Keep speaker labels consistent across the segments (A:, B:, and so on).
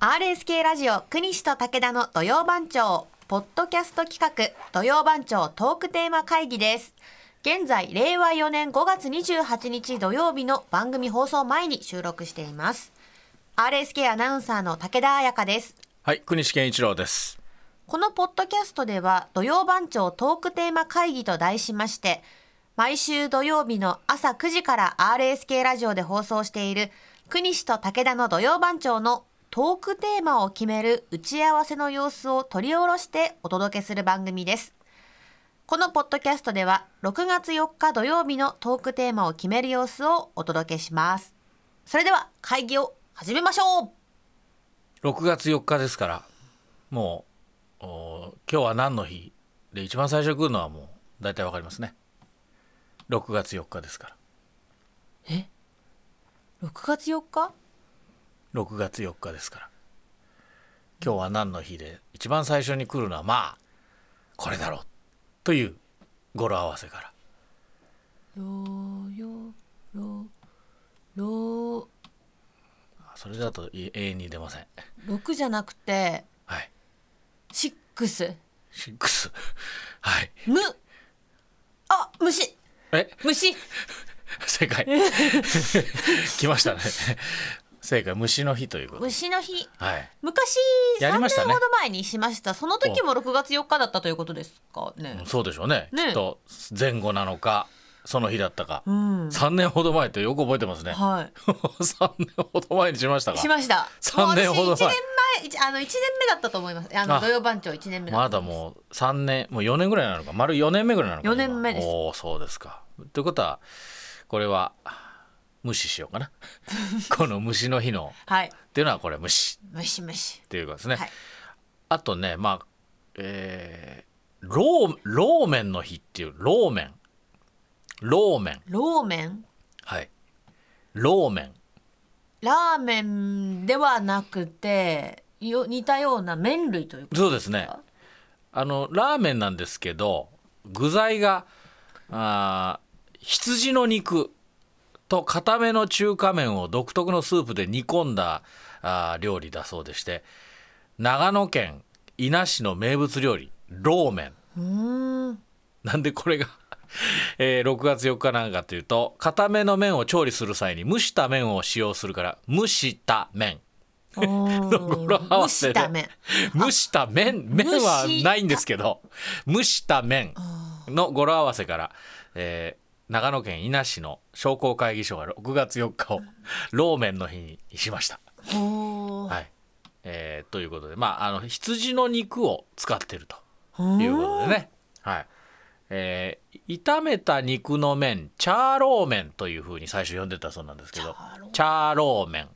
A: RSK ラジオ国西と武田の土曜番長ポッドキャスト企画土曜番長トークテーマ会議です現在令和4年5月28日土曜日の番組放送前に収録しています RSK アナウンサーの武田彩香です
B: はい、国士健一郎です。
A: このポッドキャストでは土曜番長トークテーマ会議と題しまして毎週土曜日の朝9時から RSK ラジオで放送している国西と武田の土曜番長のトークテーマを決める打ち合わせの様子を取り下ろしてお届けする番組です。このポッドキャストでは6月4日土曜日のトークテーマを決める様子をお届けします。それでは会議を始めましょう
B: 6月4日ですから、もうお今日は何の日で一番最初来るのはもう大体わかりますね。6月4日ですか
A: !6 月4日
B: ら。6月4日ですから。今日は何の日で一番最初に来るのはまあこれだろうという語呂合わせから。
A: ろよろろ
B: あそれだとい永遠に出ません。
A: 六じゃなくて
B: はい。
A: シックス
B: シックス。はい。
A: むあ虫
B: え
A: 虫
B: 正解 来ましたね正解虫の日ということ
A: 虫の日
B: はい
A: 昔
B: やり
A: 三
B: ました
A: 年
B: ね
A: ほど前にしましたその時も六月四日だったということですかね
B: そうでしょうね
A: ね
B: きっと前後なのかその日だったか、
A: うん
B: 3年ほど前ってよく覚えてますね
A: は
B: 3年ほど前にしました
A: い
B: か
A: しました
B: 三年ほ
A: も
B: ど前
A: う私一年前一あの一年目だったと思いますあの
B: あ
A: 土曜番長一年目だ
B: ま
A: った
B: だもう3年もう4年ぐらいなのか丸4年目ぐらいなのか
A: 四年目です
B: おおそうですかということはこれは無視しよう かなこの虫の日の
A: はい
B: っていうのはこれ無視
A: 虫虫
B: っていうことですね、
A: はい
B: あとねまあえー、ローローメンの日っていうローメンローメン
A: ローメン
B: はいローメン
A: ラーメンではなくてよ似たような麺類ということ
B: そうですね
A: か
B: あのラーメンなんですけど具材があー羊の肉と固めの中華麺を独特のスープで煮込んだあー料理だそうでして長野県伊那市の名物料理ローメン
A: うーん
B: なんでこれが、 えー6月4日なんかというと固めの麺を調理する際に蒸した麺を使用するから蒸した麺
A: 語
B: 呂合わせで
A: 蒸した麺
B: 蒸した麺麺はないんですけど蒸した麺の語呂合わせから、えー長野県伊那市の商工会議所が6月4日をローメンの日にしました。
A: ほー
B: はいえーということで、まあ、あの羊の肉を使ってると。
A: ほ
B: いうこと
A: ー
B: でね、はいえー炒めた肉の麺チャーローメンというふうに最初呼んでたそうなんですけどチャーローメ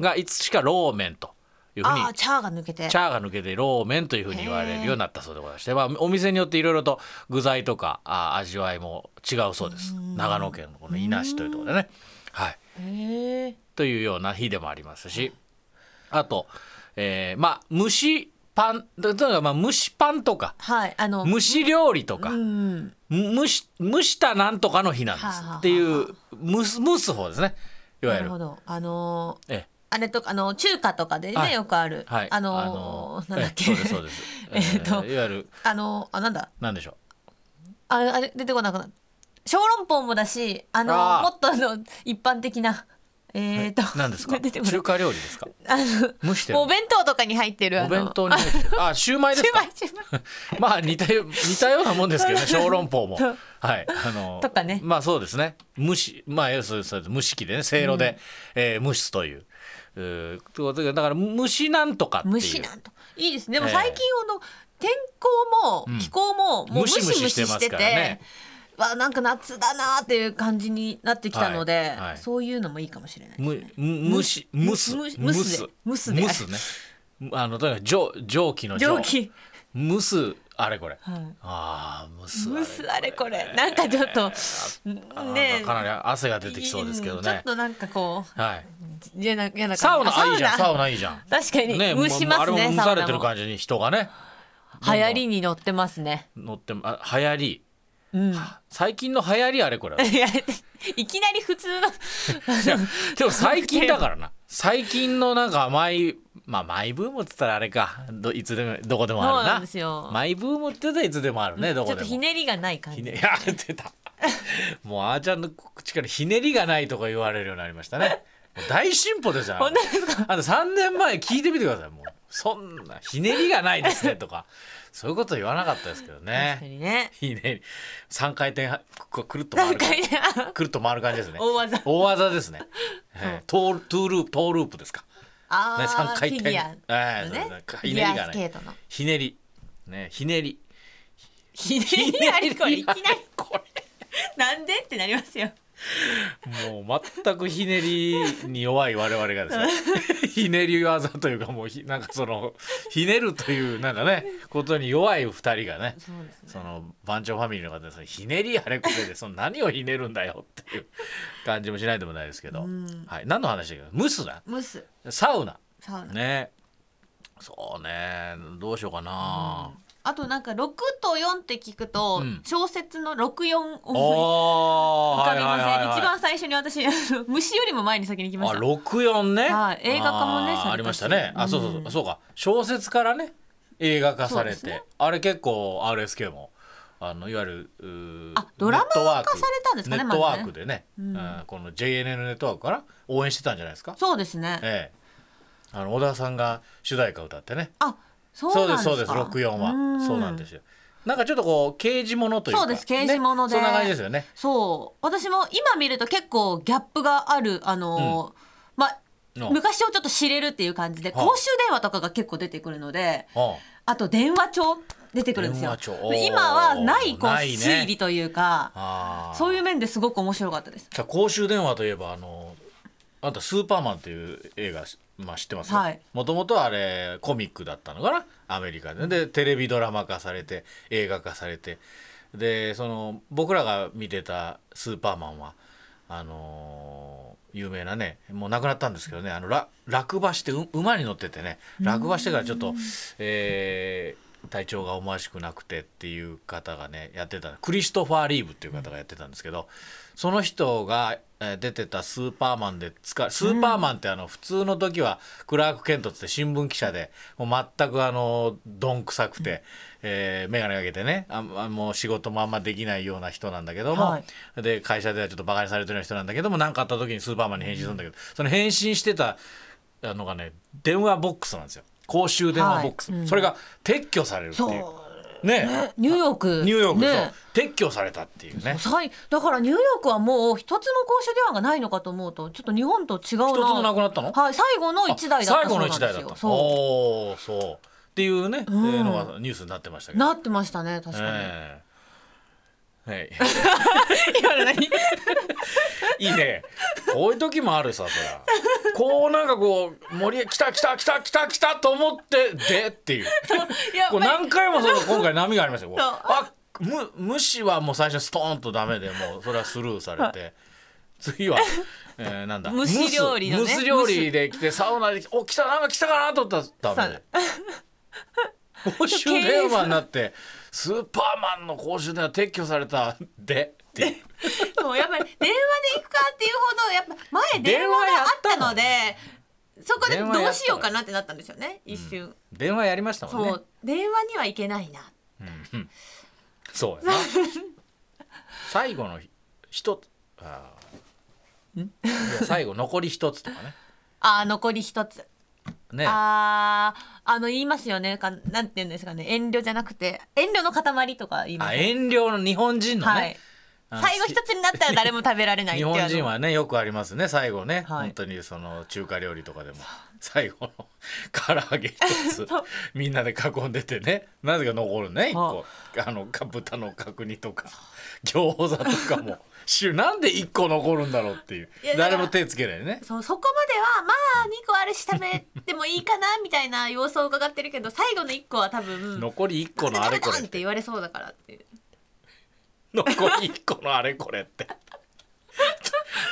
B: ンがいつしかローメンというふうに
A: ああチャーが抜けて
B: チャーが抜けてローメンというふうに言われるようになったそうでございまして、まあ、お店によっていろいろと具材とかあ味わいも違うそうです長野県のこの伊那市というところでね。はい、
A: へえ
B: というような日でもありますしあと、えーまあ蒸しパンというかまあ蒸しパンとか
A: はいあの
B: 蒸し料理とか
A: う、ん
B: 蒸し蒸したなんとかの日なんで
A: はあはあは
B: す
A: あ
B: っていう蒸す蒸す方ですねいわ
A: なる
B: ゆる
A: ほどあのー
B: ええ
A: あれとかあの中華とかで
B: はい
A: ねよくある
B: はい
A: あのーなんだっ
B: え
A: け
B: そうですそうです
A: えーと
B: ーいわゆる
A: あのーあなんだ
B: なんでしょ
A: あれあれ出てこなくなった小籠包もだしあの
B: あ
A: ー
B: あ
A: もっとあの一般的な
B: う
A: えっと
B: え何ですか
A: 出てこない
B: 中華料理ですか
A: あの
B: 蒸してる
A: お弁当とかに入ってるあ
B: お
A: の
B: 弁当に入ってるあシューマイで
A: シ
B: す
A: ューマイ
B: か
A: シューマイ
B: まあ似たよ似たようなもんで すけどね小籠包も
A: そう
B: はいあの
A: とかね
B: まあそうですね蒸しまあ要するにそうです蒸し器でねせいろで、えー蒸すといううーということでだから蒸しなんとかっていう
A: 虫なんといいですねでも
B: ええ
A: 最近あの、天候
B: うん
A: も気候も、もうム
B: ム
A: シ
B: シム
A: ム
B: シ
A: シ
B: してま
A: し
B: す
A: て
B: か
A: て
B: らね
A: わなんか夏だなっていう感じになってきたので、
B: はいはい
A: そういうのもいいかもしれないです
B: む
A: ね。
B: む蒸し蒸す
A: む
B: 蒸
A: 蒸す
B: す
A: で蒸すで
B: 蒸すねあのとにかく蒸蒸気の蒸
A: 蒸気、
B: 蒸すあれこれ
A: はい、
B: ああ蒸す
A: 蒸すあれこれなんかちょっとね
B: ねかなり汗が出てきそうですけど
A: うんちょっ
B: ね
A: となんかこ
B: はい。
A: う嫌な嫌な感じ
B: サウナあいいじゃん
A: あ
B: サウナいいじゃん
A: 確かに、
B: ね
A: 蒸し
B: もう
A: ま
B: あれ
A: す
B: も
A: ね
B: 蒸
A: サ
B: さ
A: ウ
B: れ
A: ナ
B: てる
A: も
B: 感じに人がね
A: 流行りに乗ってますね。
B: 乗ってもあ流行り
A: うん、
B: 最近の流行りあ れこれ
A: いやいきなり普通の
B: でも最近だからな最近のなんか甘いまあマイブームっつったらあれかどいつでもどこでもあ
A: そ
B: るな
A: うなんですよ
B: マイブームって言ったらいつでもあるねど
A: ち
B: こで
A: ょっ
B: も
A: とひねりがない感
B: ひ
A: じ、
B: ねあ出たもうあーちゃんの口からひねりがないとか言われるようになりましたねもう大進歩ですよ
A: 本当ですか
B: あと3年前聞いてみてくださいもうそんなひねりがないですねとかそういうこと言わなかったですけど
A: 確か
B: ね
A: にね
B: ひねり3回転はくくるっと回
A: 何
B: る感
A: 回
B: じ
A: ね
B: くるっと回る感じですね
A: 大技
B: 大技ですね、えートールトゥーループトーループですか
A: あ
B: ね、
A: ー
B: 三回転。
A: フィギュア
B: ええ
A: の
B: そう
A: ね
B: なんか
A: フ
B: ひ
A: ィ
B: ね
A: ギ
B: り
A: ュ
B: が
A: ア
B: な
A: スケー
B: い。
A: トの
B: ひねり。ね、ひねり。
A: ひねりありこれいきなり
B: こ
A: なんでってなりますよ
B: れ。もう全くひねりに弱い我々がですね。 ひねり技というか、もうひ、なんかその。ひねるという、なんかね、ことに弱い二人がね。
A: そうですね
B: その番長ファミリーの方でそのひねりあれこれでその何をひねるんだよっていう感じもしないでもないですけど、
A: うん
B: はい、何の話だっけムスだ
A: ムス
B: サウナ
A: サウナ、
B: ねそうねどうしようかな、
A: あとなんか六と四って聞くと、
B: うん
A: 小説の六四思い浮
B: あ
A: か
B: あ
A: びません、一
B: はい
A: 番最初に私あの虫よりも前に先に来ま
B: あ
A: した
B: 六四ね、
A: はい映画化もねされた
B: あー
A: し
B: ありましたねあそうそうそう、
A: うん
B: そうか小説からね映画化され
A: そう
B: て、
A: ですね
B: あれ結構 RSK もあのいわゆるうー
A: あドラマ
B: ネットワーク
A: 化されたんですかね
B: ネットワークでね
A: まずねうん
B: うんこの JNN ネットワークから応援してたんじゃないですか、
A: そうですね
B: ええあの小田さんが主題歌歌ってね
A: あそ
B: そうう
A: なんで
B: で
A: すすか
B: そうです六四は
A: ん
B: そうなんですよなんかちょっとこう刑事ものというか
A: そうです刑事もので
B: ねそんな感じですよね
A: そう私も今見ると結構ギャップがあるあのー、まあ
B: の
A: 昔をちょっと知れるっていう感じで
B: はあ
A: 公衆電話とかが結構出てくるので
B: うん
A: あと電話帳出てくるんですよ
B: 電話帳おー
A: 今はないこう
B: ないね
A: 推理というか、
B: ああ
A: そういう面ですごく面白かったです
B: さあ公衆電話といえばあのあんた「スーパーマン」っていう映画、まあ、知ってます
A: はい
B: もともとあれコミックだったのかなアメリカででテレビドラマ化されて映画化されてでその僕らが見てた「スーパーマンは」あのー有名なねもう亡くなったんですけどねあのら落馬してう馬に乗っててね落馬してからちょっと、えー体調が思わしくなくてっていう方がねやってたクリストファー・リーブっていう方がやってたんですけど、その人がえー出てた「スーパーマン」で使うスーパーマンってあの普通の時はクラーク・ケントっつって新聞記者でもう全くあのどんくさくて、えー眼鏡かけてねああもう仕事もあんまできないような人なんだけども、
A: はい
B: で会社ではちょっとバカにされてるような人なんだけども何かあった時にスーパーマンに変身するんだけど、その変身してたあのがね電話ボックスなんですよ公衆電話ボックス、
A: はいうん
B: それが撤去されるってい
A: そう
B: うね
A: ニューヨーク
B: ニューヨークで、
A: ね
B: そう撤去されたっていうね
A: さいだからニューヨークはもう一つも公衆電話がないのかと思うとちょっと日本と違うな
B: 一つもなくなったの
A: はい最後の一台だった
B: 最
A: そ
B: 後
A: うな
B: の
A: んです
B: 一
A: よ
B: 台だった
A: そ
B: おーそうっていうね、
A: ん
B: えーのがニュースになってました
A: う
B: けど
A: なってましたね確かに、
B: ええはい、
A: 今の 何
B: いいねこういう時もあるさそりゃこうなんかこう森へ来た来た来た来た来たと思ってでっていう
A: いや
B: こう
A: まあ
B: 何回もその今回波がありましたよこう
A: そう
B: あむ無視はもう最初ストーンとダメでもうそれはスルーさ れて次は、えー、なんだ
A: 蒸し料理のね
B: 蒸す料理で来てサウナで来てお来たなんか来たかなと思ったらダメで 公衆電話になってスーパーマンの公衆電話撤去されたでっ ていう
A: そうやっぱり電話で行くかっていうほどやっぱ前電話があったのでそこで
B: 電話やったの
A: どうしようかなってなったんですよね一瞬、
B: 電話やりましたもん
A: そ
B: ね
A: う、電話には行けないな
B: うんうんそうやな最後のひ一つあ ーいや最後残り一つとかね
A: あー残り一つ
B: ね
A: あーあの言いますよねかなんて言うんですかね遠慮じゃなくて遠慮の塊とか言いま
B: あ
A: す
B: 遠慮の日本人のね、
A: はい
B: あの
A: 最後一つになったら誰も食べられないってい
B: 日
A: う
B: 本人
A: あ
B: はねよくありますね最後ね、
A: はい
B: 本当にその中華料理とかでも最後の唐揚げ一 つ
A: そう
B: みんなで囲んでてねなぜか残るね一
A: は
B: 個あのか豚の角煮とか餃子とか もしゅなんで一個残るんだろうっていう
A: いやだから
B: 誰も手つけないね
A: のそうそこまではまあ2個あるし食べてもいいかなみたいな様子を伺ってるけど最後の1個は多分
B: 残り一個のあ
A: 食
B: れ
A: べ
B: こ
A: たん
B: れ
A: っ
B: ってて
A: 言われそうだからっていう
B: 残り一個のあれこれって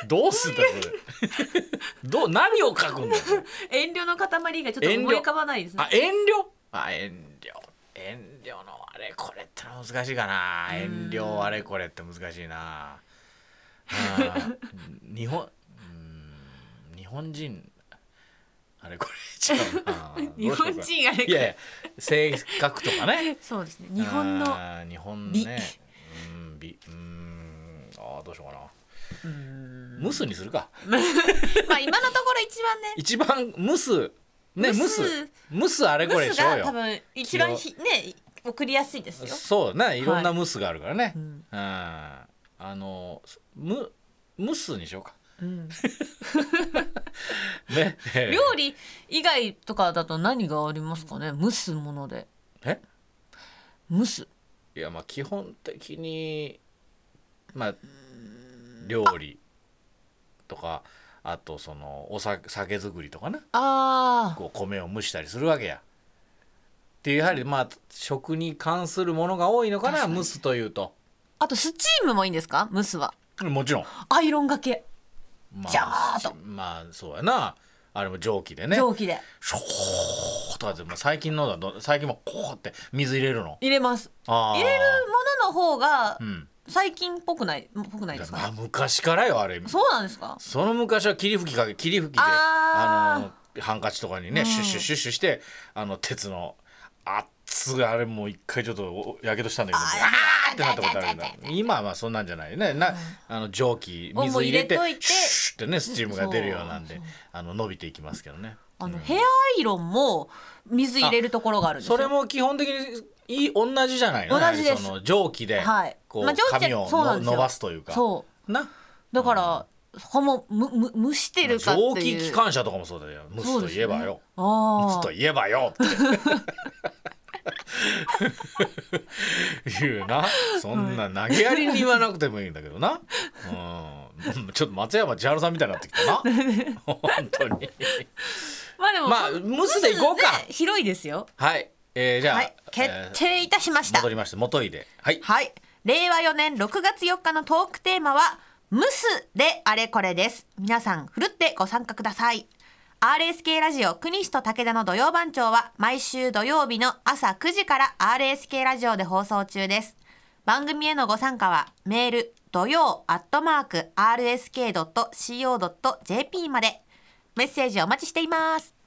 B: どうすんだよこ れどう何を書くんだよこれ
A: 遠慮の塊がちょっと思い浮かばないですね
B: あ遠慮あ遠慮遠慮のあれこれってのは難しいかな遠慮あれこれって難しいなあー日本うーん日本人あれこれ違う な
A: 日本
B: どうし
A: 人
B: よ
A: あ
B: うか
A: れ
B: いやいや性格とかね
A: そうです ね日本の
B: あー日本
A: 美
B: ねうん美うんあーどうしようか
A: うーん
B: なムスにするか
A: まあ今のところ一番ね
B: 一番ムス ねム
A: ム
B: ス
A: ス
B: ムスあれこ
A: ム
B: れで
A: ス
B: しよう
A: が多
B: よ
A: 分一番ひね送りやすいですよ。
B: そうだねいろんなムスがあるからね、
A: うん
B: うんあのムムスにしようか
A: うん
B: ね
A: 料理以外とかだと何がありますかね蒸すもので
B: え
A: 蒸す
B: いやまあ基本的にまあ料理とかあとそのお酒酒造りとかね
A: ああ
B: こう米を蒸したりするわけや。っていうやはりまあ食に関するものが多いのかな
A: 確かに
B: 蒸すというと
A: あとスチームもいいんですか蒸すは
B: もちろん、
A: アイロンがけ
B: まあ、
A: ジャーッと
B: まあそうやなあれも蒸気でね
A: 蒸気で
B: ショーとかでも最近のだと最近もこうって水入れるの
A: 入れます
B: あー
A: 入れるものの方が
B: うん
A: 最近っぽくないっぽくないです
B: まあ
A: か
B: 昔からよあれ
A: そうなんですか
B: その昔は霧吹きかけ霧吹きであ
A: あ
B: のハンカチとかにね、シュッシュッシュッシュしてあの鉄の熱いあれもう一回ちょっとやけどしたんだけど
A: あー
B: あーってなったことあるんだ今はまあそんなんじゃないねなあの蒸気
A: をも
B: 水
A: う
B: 入れて
A: 入れといて
B: シュッシュってねスチームが出るようなん
A: そ
B: で
A: う
B: あの伸びていきますけどね
A: あのヘアアイロンも水入れるところがあるんです
B: そ
A: よ
B: れも基本的にいい同じじゃないの
A: 同じです
B: その蒸気で
A: はい
B: こう、
A: まあ蒸気
B: 髪をの
A: そうなんですよ
B: 伸ばすというか
A: そう
B: な
A: だから、そこもむむ蒸してるかっていう
B: 蒸気機関車とかもそうだよ蒸すといえばよ、
A: あ
B: つ
A: あ
B: といえばよって。いうなそんな投げやりに言わなくてもいいんだけどな、うん、ちょっと松山千春さんみたいになってきたな本当に
A: まあでも
B: まあ蒸すでいこうか
A: ね広いですよ
B: はい、えー、じゃあ、
A: はい決
B: えー
A: 定いたしました、
B: 戻りまして元井ではい
A: はい令和4年6月4日のトークテーマは蒸すであれこれです皆さんふるってご参加ください RSK ラジオ国西と武田の土曜番長は毎週土曜日の朝9時から RSK ラジオで放送中です番組へのご参加はメール土曜アットマーク RSK.CO.JP までメッセージお待ちしています